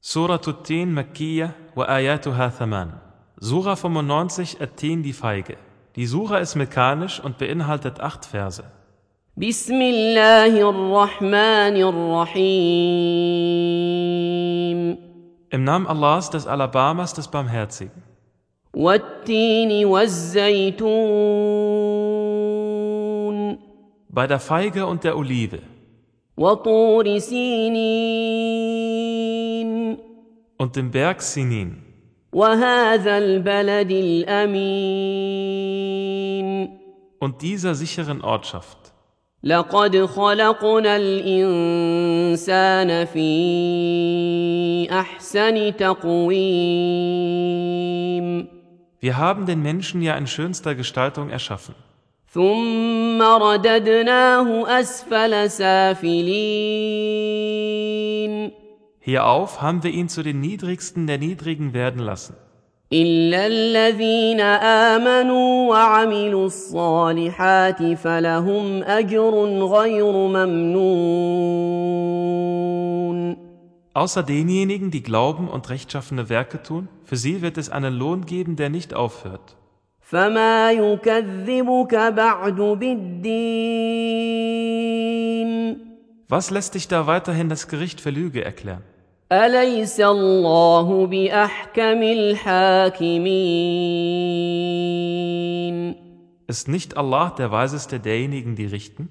Surah Tin Makkiya wa Ayatuha Thaman. Surah 95 Attin die Feige. Die Surah ist mekanisch und beinhaltet acht Verse. بسم الله الرحمن الرحيم Im Namen Allahs des Alabamas des Barmherzigen. والتين والزيتون Bei der Feige und der Olive. وطور سينين Und dem Berg Sinin. وهذا البلد الامين Und dieser sicheren Ortschaft. لقد خلقنا الانسان في احسن تقويم Wir haben den Menschen ja in schönster Gestaltung erschaffen. ثم رددناه اسفل سافلين Hierauf haben wir ihn zu den Niedrigsten der Niedrigen werden lassen. الا الذين امنوا وعملوا الصالحات فلهم اجر غير ممنون Außer denjenigen, die glauben und rechtschaffene Werke tun, für sie wird es einen Lohn geben, der nicht aufhört. فما يكذبك بعد بالدين Was lässt dich da weiterhin das Gericht für Lüge erklären? اليس الله باحكم الحاكمين Ist nicht Allah der Weiseste derjenigen, die richten?